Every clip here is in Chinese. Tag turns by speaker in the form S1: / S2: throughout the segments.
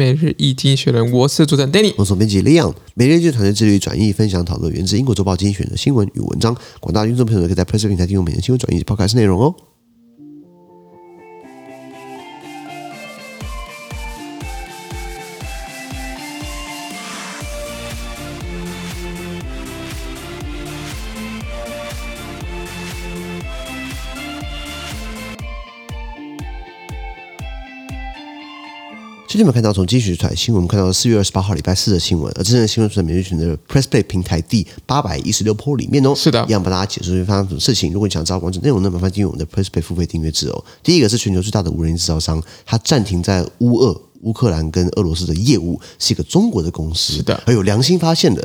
S1: 每日易经学人，我是主持人 Danny。
S2: 我是总编辑 Leon，每日就团队致力于转译、分享、讨论源自英国《周报》精选的新闻与文章。广大听众朋友可以在 Press 平台订阅我们的新闻转译及 Podcast 内容哦。最近我们看到从金曲台新闻，我们看到四月二十八号礼拜四的新闻，而这则新闻是在每日群的 Press Play 平台第八百一十六 p 里面哦。
S1: 是的
S2: 一样帮大家解释发生什么事情。如果你想知道完整内容呢，麻烦订阅我们的 Press Play 付费订阅制哦。第一个是全球最大的无人制造商，它暂停在乌俄。乌克兰跟俄罗斯的业务是一个中国的公司，
S1: 是的
S2: 很有良心发现的。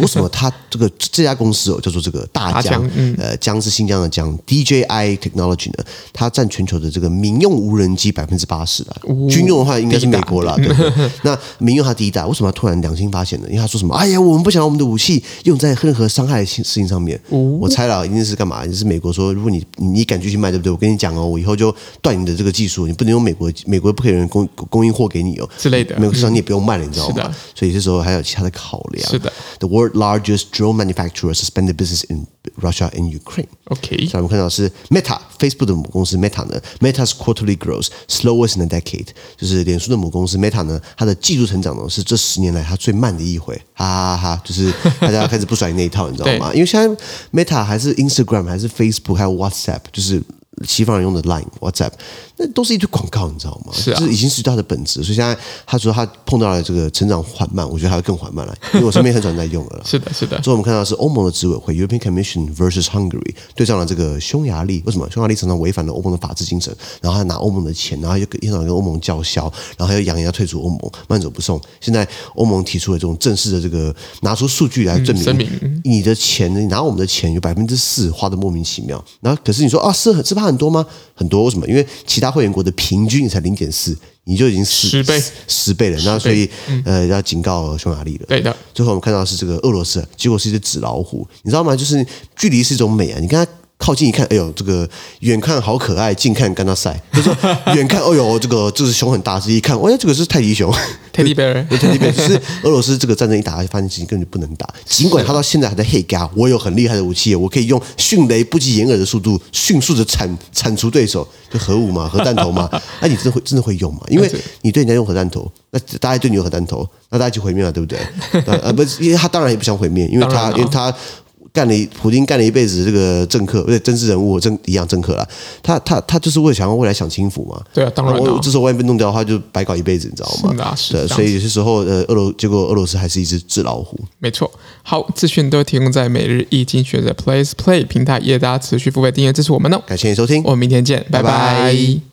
S2: 为什么它这个这家公司哦叫做这个大
S1: 大
S2: 疆
S1: 疆？嗯
S2: 呃，江是新疆的疆，DJI Technology 呢，它占全球的这个民用无人机百分之八十了，
S1: 哦
S2: 军用的话应该是美国啦，对不对？那民用它第一大，为什么它突然良心发现呢？因为他说什么？哎呀，我们不想让我们的武器用在任何伤害的事情上面。
S1: 哦
S2: 我猜了，一定是干嘛？一定是美国说，如果你你你敢继续卖，对不对？我跟你讲哦，我以后就断你的这个技术，你不能用美国，美国不可以有人供供应货给你哦
S1: 之类的
S2: 美国市场你也不用卖了，你知道
S1: 是
S2: 吗
S1: 的？
S2: 所以这时候还有其他的考量。
S1: 是的
S2: ，The world largest drone manufacturer suspended business in Russia and Ukraine.
S1: OK，
S2: 所以我们看到是 Meta Facebook 的母公司 Meta 呢，Meta's quarterly growth slowest in a decade，就是脸书的母公司 Meta 呢，它的季度成长呢是这十年来它最慢的一回，哈哈哈哈！就是大家开始不甩你那一套，你知 道吗？因为现在 Meta 还是 Instagram，还是 Facebook，还有 WhatsApp，就是。西方人用的 Line、WhatsApp，那都是一堆广告，你知道吗？
S1: 是啊
S2: 就是已经失去它的本质，所以现在他说他碰到了这个成长缓慢，我觉得还会更缓慢了，因为我身边很少人在用了啦。
S1: 是的，是的，
S2: 最后我们看到是欧盟的执委会 European Commission versus Hungary 对仗了这个匈牙利，为什么匈牙利常常违反了欧盟的法治精神？然后他拿欧盟的钱，然后又跟经常跟欧盟叫嚣，然后又扬言要退出欧盟，慢走不送。现在欧盟提出了这种正式的这个拿出数据来证
S1: 嗯
S2: 明，
S1: 声明
S2: 你的钱，你拿我们的钱有百分之四花的莫名其妙。然后可是你说啊，是很是怕很多吗？很多，为什么？因为其他会员国的平均才零点四，你就已经四
S1: 十倍嗯
S2: 十倍了。那所以呃，要警告匈牙利了。
S1: 对的，
S2: 最后我们看到的是这个俄罗斯，结果是一只纸老虎，你知道吗？就是距离是一种美啊，你跟它靠近一看，哎呦，这个远看好可爱，近看跟它赛，就是说远看，哎呦，这个这是熊很大只，一看，哎呀，这个是泰迪熊。
S1: Teddy Bear
S2: 对对对，就是俄罗斯这个战争一打，发现自己根本就不能打。尽管他到现在还在黑嘎，我有很厉害的武器，我可以用迅雷不及掩耳的速度，迅速的铲铲除对手，就核武嘛，核弹头嘛。 那、你真的会真的会用吗？因为你对人家用核弹头，那大家对你有核弹头，那大家就毁灭了，对不对？呃，呃不是，因为他当然也不想毁灭，因为
S1: 当
S2: 他
S1: 然了
S2: 因为他。干了一普丁干了一辈子这个政客，不对，政治人物，政一样政客啦。他他他就是为了想要未来享清福嘛。
S1: 对啊当然啊
S2: 我这时候万一被弄掉的话，就白搞一辈子，你知道吗？
S1: 是的啊是
S2: 对，
S1: 这样子
S2: 所以有些时候，呃，俄罗结果俄罗斯还是一只纸老虎。
S1: 没错。好，资讯都提供在每日易经学的 Place Play 平台，也大家持续付费订阅支持我们哦。
S2: 感谢你收听，
S1: 我们明天见，拜
S2: 拜拜
S1: 拜